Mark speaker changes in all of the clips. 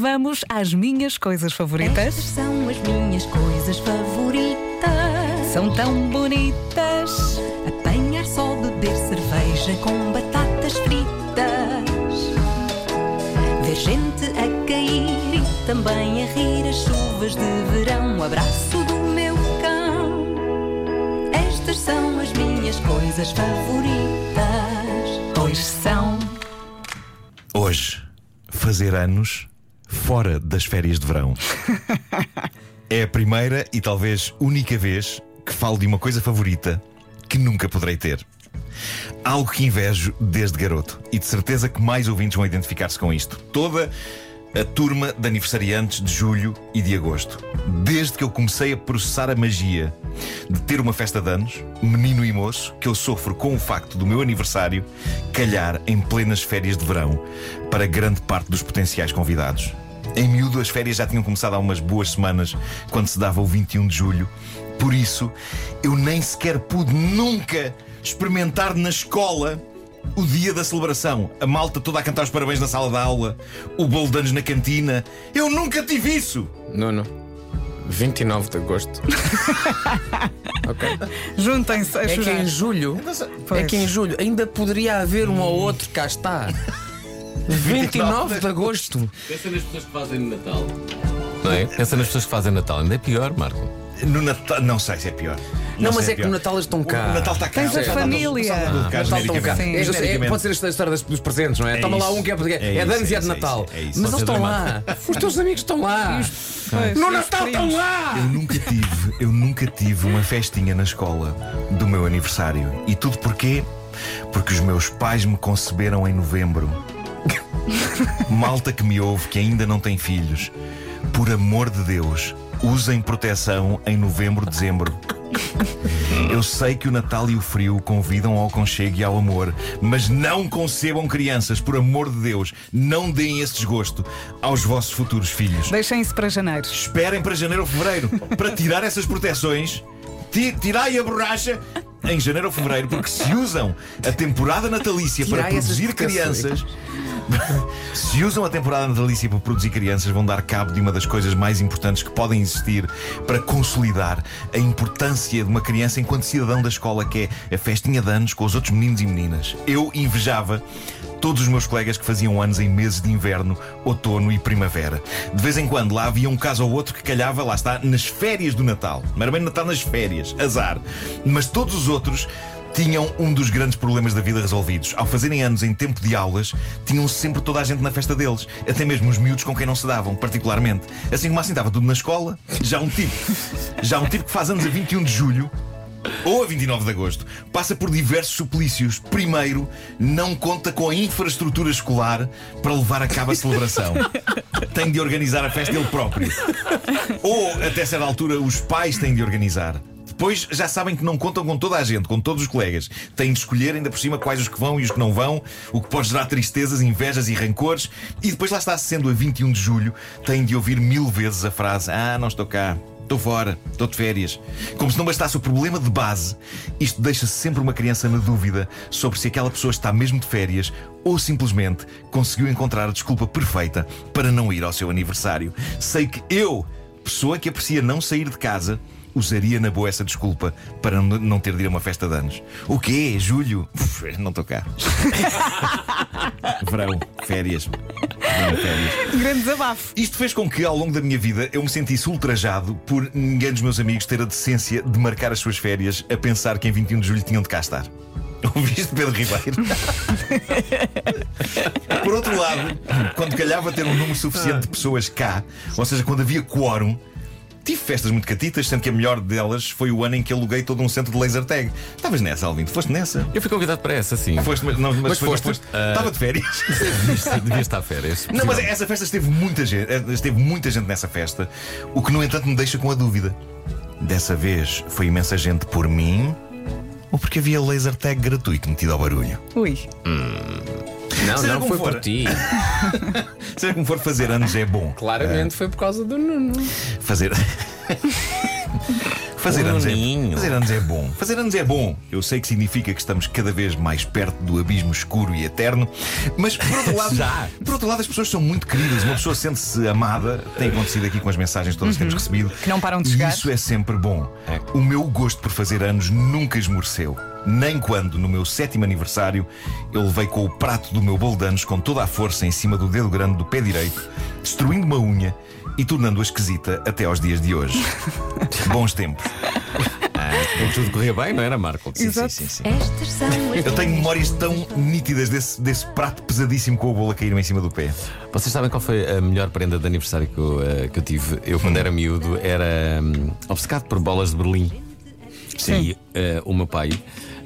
Speaker 1: vamos às minhas coisas favoritas.
Speaker 2: Estas são as minhas coisas favoritas.
Speaker 1: São tão bonitas.
Speaker 2: Apanhar só, beber cerveja com batatas fritas. Ver gente a cair e também a rir as chuvas de verão. O abraço do meu cão. Estas são as minhas coisas favoritas. Pois são.
Speaker 3: Hoje, fazer anos fora das férias de verão. é a primeira e talvez única vez que falo de uma coisa favorita que nunca poderei ter. Algo que invejo desde garoto. E de certeza que mais ouvintes vão identificar-se com isto. Toda a turma de aniversariantes de julho e de agosto. Desde que eu comecei a processar a magia de ter uma festa de anos, menino e moço, que eu sofro com o facto do meu aniversário calhar em plenas férias de verão para grande parte dos potenciais convidados. Em miúdo, as férias já tinham começado há umas boas semanas, quando se dava o 21 de julho. Por isso, eu nem sequer pude nunca experimentar na escola o dia da celebração. A malta toda a cantar os parabéns na sala de aula, o bolo de anos na cantina. Eu nunca tive isso!
Speaker 4: Nuno, 29 de agosto. ok.
Speaker 1: Juntem-se a
Speaker 4: É que
Speaker 1: chorar.
Speaker 4: em julho.
Speaker 3: eh,
Speaker 4: É
Speaker 1: Pois.
Speaker 4: que em julho ainda poderia haver um ou outro, cá está. 29 de agosto.
Speaker 5: Pensa nas pessoas que fazem no Natal.
Speaker 6: Não é? Pensa nas pessoas que fazem Natal, ainda é pior, Marco.
Speaker 3: No Natal, não sei se é pior.
Speaker 4: Não,
Speaker 3: sei
Speaker 4: mas
Speaker 3: se
Speaker 4: é que
Speaker 3: pior.
Speaker 4: o Natal eles estão cá.
Speaker 3: O Natal está cá.
Speaker 1: Tens a
Speaker 3: O Natal-
Speaker 1: família.
Speaker 3: o Natal- cá,
Speaker 4: Natal estão cá.
Speaker 3: genericamente.
Speaker 4: É,
Speaker 3: Genericamente.
Speaker 4: pode ser esta história das- dos presentes, não é?
Speaker 3: É
Speaker 4: Toma lá
Speaker 3: isso.
Speaker 4: um que é, porque
Speaker 3: É
Speaker 4: é, de anos
Speaker 3: isso, é
Speaker 4: e é de
Speaker 3: isso, é
Speaker 4: Natal.
Speaker 3: isso, é isso.
Speaker 4: Mas
Speaker 3: Pode
Speaker 4: eles
Speaker 6: ser
Speaker 4: estão lá. Os teus amigos estão lá.
Speaker 1: Pois,
Speaker 4: No
Speaker 1: os
Speaker 4: Natal
Speaker 1: primos.
Speaker 4: estão lá.
Speaker 3: Eu nunca tive, eu nunca tive uma festinha na escola do meu aniversário. E tudo porquê? Porque os meus pais me conceberam em novembro. Malta que me ouve que ainda não tem filhos, por amor de Deus, usem proteção em novembro, dezembro. Eu sei que o Natal e o frio convidam ao aconchego e ao amor, mas não concebam crianças, por amor de Deus, não deem esse desgosto aos vossos futuros filhos.
Speaker 1: Deixem-se para janeiro.
Speaker 3: Esperem para janeiro ou fevereiro para tirar essas proteções. Ti- Tirai a borracha em janeiro ou fevereiro, porque se usam a temporada natalícia para
Speaker 4: Tirai essas
Speaker 3: produzir
Speaker 4: proteções.
Speaker 3: crianças. Se usam a temporada natalícia para produzir crianças, vão dar cabo de uma das coisas mais importantes que podem existir para consolidar a importância de uma criança enquanto cidadão da escola, que é a festinha de anos com os outros meninos e meninas. Eu invejava todos os meus colegas que faziam anos em meses de inverno, outono e primavera. De vez em quando lá havia um caso ou outro que calhava, lá está, nas férias do Natal. Meramente Natal nas férias, azar. Mas todos os outros tinham um dos grandes problemas da vida resolvidos. Ao fazerem anos em tempo de aulas, tinham sempre toda a gente na festa deles, até mesmo os miúdos com quem não se davam, particularmente. Assim como assim estava tudo na escola, já um tipo, já um tipo que faz anos a 21 de julho. Ou a 29 de agosto, passa por diversos suplícios. Primeiro, não conta com a infraestrutura escolar para levar a cabo a celebração. Tem de organizar a festa ele próprio. Ou, até certa altura, os pais têm de organizar. Depois já sabem que não contam com toda a gente, com todos os colegas. Têm de escolher ainda por cima quais os que vão e os que não vão, o que pode gerar tristezas, invejas e rancores. E depois lá está, sendo a 21 de julho, têm de ouvir mil vezes a frase: Ah, não estou cá, estou fora, estou de férias. Como se não bastasse o problema de base, isto deixa sempre uma criança na dúvida sobre se aquela pessoa está mesmo de férias ou simplesmente conseguiu encontrar a desculpa perfeita para não ir ao seu aniversário. Sei que eu pessoa que aprecia não sair de casa usaria na boa essa desculpa para n- não ter de ir a uma festa de anos. O quê? Julho? Uf, não estou cá. Verão, férias. Verão, férias.
Speaker 1: Grande desabafo.
Speaker 3: Isto fez com que, ao longo da minha vida, eu me sentisse ultrajado por ninguém dos meus amigos ter a decência de marcar as suas férias a pensar que em 21 de julho tinham de cá estar. Ouviste, Pedro Ribeiro? por outro lado, quando calhava ter um número suficiente
Speaker 6: Ah.
Speaker 3: de pessoas cá, ou seja, quando havia quórum, tive festas muito catitas, sendo que a melhor delas foi o ano em que aluguei todo um centro de laser tag. Estavas nessa, Alvin? Foste nessa?
Speaker 6: Eu fui convidado para essa, sim.
Speaker 3: Foste, mas, não, mas,
Speaker 6: Mas
Speaker 3: depois não
Speaker 6: foste. Ah.
Speaker 3: Estava de férias.
Speaker 6: Devias- Devias estar a férias.
Speaker 3: Não, mas é- essa festa esteve muita gente, eh, esteve muita gente nessa festa, o que no entanto me deixa com a dúvida. Dessa vez foi imensa gente por mim ou porque havia laser tag gratuito metido ao barulho?
Speaker 1: Ui.
Speaker 4: Não,
Speaker 3: Seja
Speaker 4: não
Speaker 3: como
Speaker 4: foi
Speaker 3: for.
Speaker 4: por ti.
Speaker 3: Seja como for fazer anos é bom.
Speaker 4: Claramente foi por causa do Nuno.
Speaker 3: Fazer. Fazer
Speaker 6: O
Speaker 3: anos, é,
Speaker 6: Nuninho.
Speaker 3: fazer anos é bom. Fazer anos é bom. Eu sei que significa que estamos cada vez mais perto do abismo escuro e eterno, mas por outro lado,
Speaker 6: Já.
Speaker 3: por outro lado as pessoas são muito queridas. Uma pessoa sente-se amada, tem acontecido aqui com as mensagens todas que temos recebido.
Speaker 1: Que não param de
Speaker 3: E
Speaker 1: chegar.
Speaker 3: isso é sempre bom.
Speaker 6: É.
Speaker 3: O meu gosto por fazer anos nunca esmoreceu. Nem quando, no meu sétimo aniversário, eu levei com o prato do meu bolo de anos com toda a força em cima do dedo grande do pé direito, destruindo uma unha e tornando-a esquisita até aos dias de hoje. Bons tempos.
Speaker 6: Tudo corria bem, não era, Marco?
Speaker 3: Sim,
Speaker 1: Exato.
Speaker 3: sim, sim, sim.
Speaker 2: Estas são as
Speaker 3: Eu tenho memórias
Speaker 2: dez
Speaker 3: tão
Speaker 2: razões.
Speaker 3: nítidas desse, desse prato pesadíssimo com o bolo a cair em cima do pé.
Speaker 6: Vocês sabem qual foi a melhor prenda de aniversário que eu, eh, que eu tive? Eu, quando era miúdo, era hum, obcecado por bolas de Berlim. E eh, o meu pai,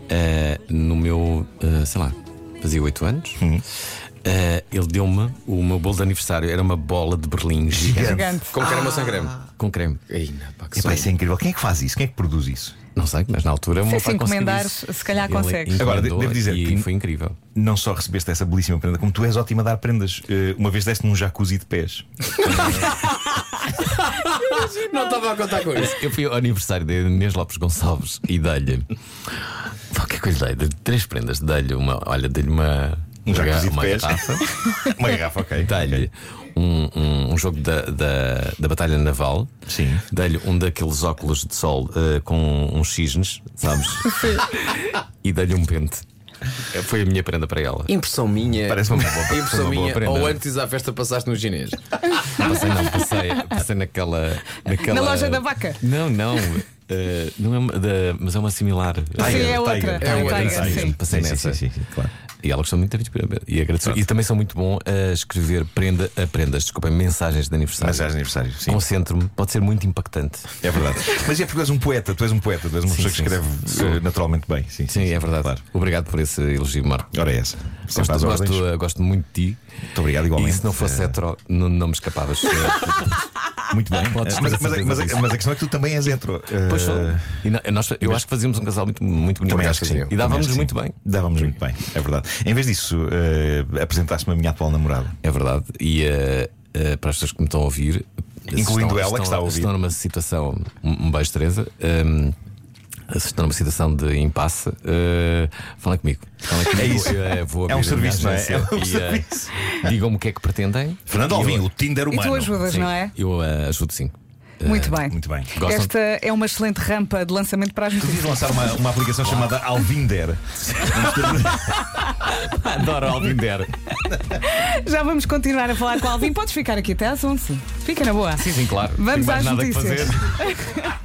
Speaker 6: eh, no meu, eh, sei lá, fazia 8 anos,
Speaker 3: Uhum.
Speaker 6: eh, ele deu-me o meu bolo de aniversário. Era uma bola de Berlim gigante.
Speaker 1: Gigante.
Speaker 4: Com creme ou sem
Speaker 1: Ah.
Speaker 4: creme?
Speaker 6: Com creme.
Speaker 4: Ei, não, pá, que
Speaker 3: Epá,
Speaker 4: sonho.
Speaker 3: isso é incrível. Quem é que faz isso? Quem é que produz isso?
Speaker 6: Não sei, mas na altura o
Speaker 1: Se
Speaker 6: meu
Speaker 1: se
Speaker 6: pai conseguiu
Speaker 1: encomendares,
Speaker 6: isso.
Speaker 1: se calhar
Speaker 6: Ele
Speaker 1: consegues.
Speaker 3: Agora,
Speaker 6: encomendou
Speaker 3: devo dizer
Speaker 6: e
Speaker 3: que-
Speaker 6: foi incrível.
Speaker 3: Não só recebeste essa belíssima prenda, como tu és ótima a dar prendas. Eh, Uma vez deste-me um jacuzzi de pés.
Speaker 4: Não estava a contar com isso.
Speaker 6: Eu fui ao aniversário de Inês Lopes Gonçalves e dei-lhe. Pá, O que é que eu lhe dei? Dei-lhe três prendas. Dei-lhe uma. Olha, dei-lhe uma.
Speaker 3: Um
Speaker 6: uma
Speaker 3: jacuzzi
Speaker 6: ga-
Speaker 3: de
Speaker 6: uma
Speaker 3: pés.
Speaker 6: garrafa. Tá.
Speaker 3: Uma garrafa, ok.
Speaker 6: Dei-lhe um, um, um jogo da, da, da Batalha Naval.
Speaker 3: Sim.
Speaker 6: Dei-lhe um daqueles óculos de sol eh, com uns cisnes, sabes? e dei-lhe um pente. Eh, Foi a minha prenda para ela.
Speaker 4: Impressão minha.
Speaker 3: Parece uma boa
Speaker 4: Impressão
Speaker 6: uma boa
Speaker 4: minha.
Speaker 6: prenda.
Speaker 4: Ou antes à festa passaste no chinês.
Speaker 6: Passei, não, passei, passei naquela, naquela.
Speaker 1: Na loja da vaca.
Speaker 6: Não, não. eh, não é uma, da- mas é uma similar.
Speaker 1: Sim, é
Speaker 3: Tiger,
Speaker 1: outra.
Speaker 3: Tiger.
Speaker 1: É
Speaker 4: É outra,
Speaker 1: outra,
Speaker 4: Tiger,
Speaker 1: sim.
Speaker 6: Passei
Speaker 3: Sim, sim,
Speaker 6: nessa.
Speaker 3: sim, sim, claro.
Speaker 6: E ela gostou muito da minha e agradeceu. E também sou muito bom a escrever prenda a prendas, desculpem, mensagens de aniversário.
Speaker 3: Mas é aniversário, sim.
Speaker 6: Concentro-me, pode ser muito impactante.
Speaker 3: É verdade. Mas é porque tu és um poeta, tu és um poeta, tu és uma
Speaker 6: Sim,
Speaker 3: pessoa que
Speaker 6: sim,
Speaker 3: escreve
Speaker 6: sim.
Speaker 3: eh, naturalmente bem. Sim, sim,
Speaker 6: Sim,
Speaker 3: sim.
Speaker 6: é verdade.
Speaker 3: Claro.
Speaker 6: Obrigado por esse elogio, Marco.
Speaker 3: Ora, é essa. Sempre às
Speaker 6: Gosto,
Speaker 3: ordens.
Speaker 6: gosto, eh, gosto muito de ti.
Speaker 3: Muito obrigado, igualmente. eh,
Speaker 6: E se não fosse hetero, não, não me escapavas.
Speaker 3: Muito bem. Eh,
Speaker 6: Podes ter
Speaker 3: Mas,
Speaker 6: a
Speaker 3: mas-
Speaker 6: certeza
Speaker 3: mas-
Speaker 6: disso.
Speaker 3: mas a questão é que tu também és hetero. Eh,
Speaker 6: Pois sou. E na- nós- eu acho que fazíamos um casal muito, muito bonito.
Speaker 3: Também acho que sim.
Speaker 6: E
Speaker 3: Também
Speaker 6: dávamos
Speaker 3: acho que
Speaker 6: muito
Speaker 3: sim.
Speaker 6: bem.
Speaker 3: Dávamos muito bem, é verdade. Em vez disso, eh, apresentaste-me a minha atual namorada.
Speaker 6: É verdade. E eh, eh, para as pessoas que me estão a ouvir, se
Speaker 3: Incluindo ela,
Speaker 6: se
Speaker 3: que está a ouvir.
Speaker 6: se Estão numa situação, um um beijo, Teresa. ehm, se estão numa situação de impasse, eh, falem comigo. Falem comigo.
Speaker 3: É isso.
Speaker 6: Eu, eh, vou
Speaker 3: É um
Speaker 6: abrir a minha
Speaker 3: serviço, não é?
Speaker 6: agência
Speaker 3: É um
Speaker 6: e, eh,
Speaker 3: serviço.
Speaker 6: Digam-me o que é que pretendem.
Speaker 3: Fernando
Speaker 6: E eu-
Speaker 3: Alvim, o Tinder
Speaker 1: E
Speaker 3: humano.
Speaker 1: tu ajudas,
Speaker 6: sim,
Speaker 1: não é?
Speaker 6: Eu eh, ajudo sim.
Speaker 1: Muito bem.
Speaker 3: Muito bem.
Speaker 6: Gostam?
Speaker 1: Esta é uma excelente rampa de lançamento para as
Speaker 3: Podias
Speaker 1: notícias.
Speaker 3: lançar uma, uma aplicação chamada Alvinder.
Speaker 6: Adoro Alvin Der.
Speaker 1: Já vamos continuar a falar com o Alvin. Podes ficar aqui até às 11. Fica na boa.
Speaker 6: Sim, sim, claro.
Speaker 1: Vamos
Speaker 6: Tenho mais
Speaker 1: às
Speaker 6: nada que
Speaker 1: notícias.
Speaker 6: fazer.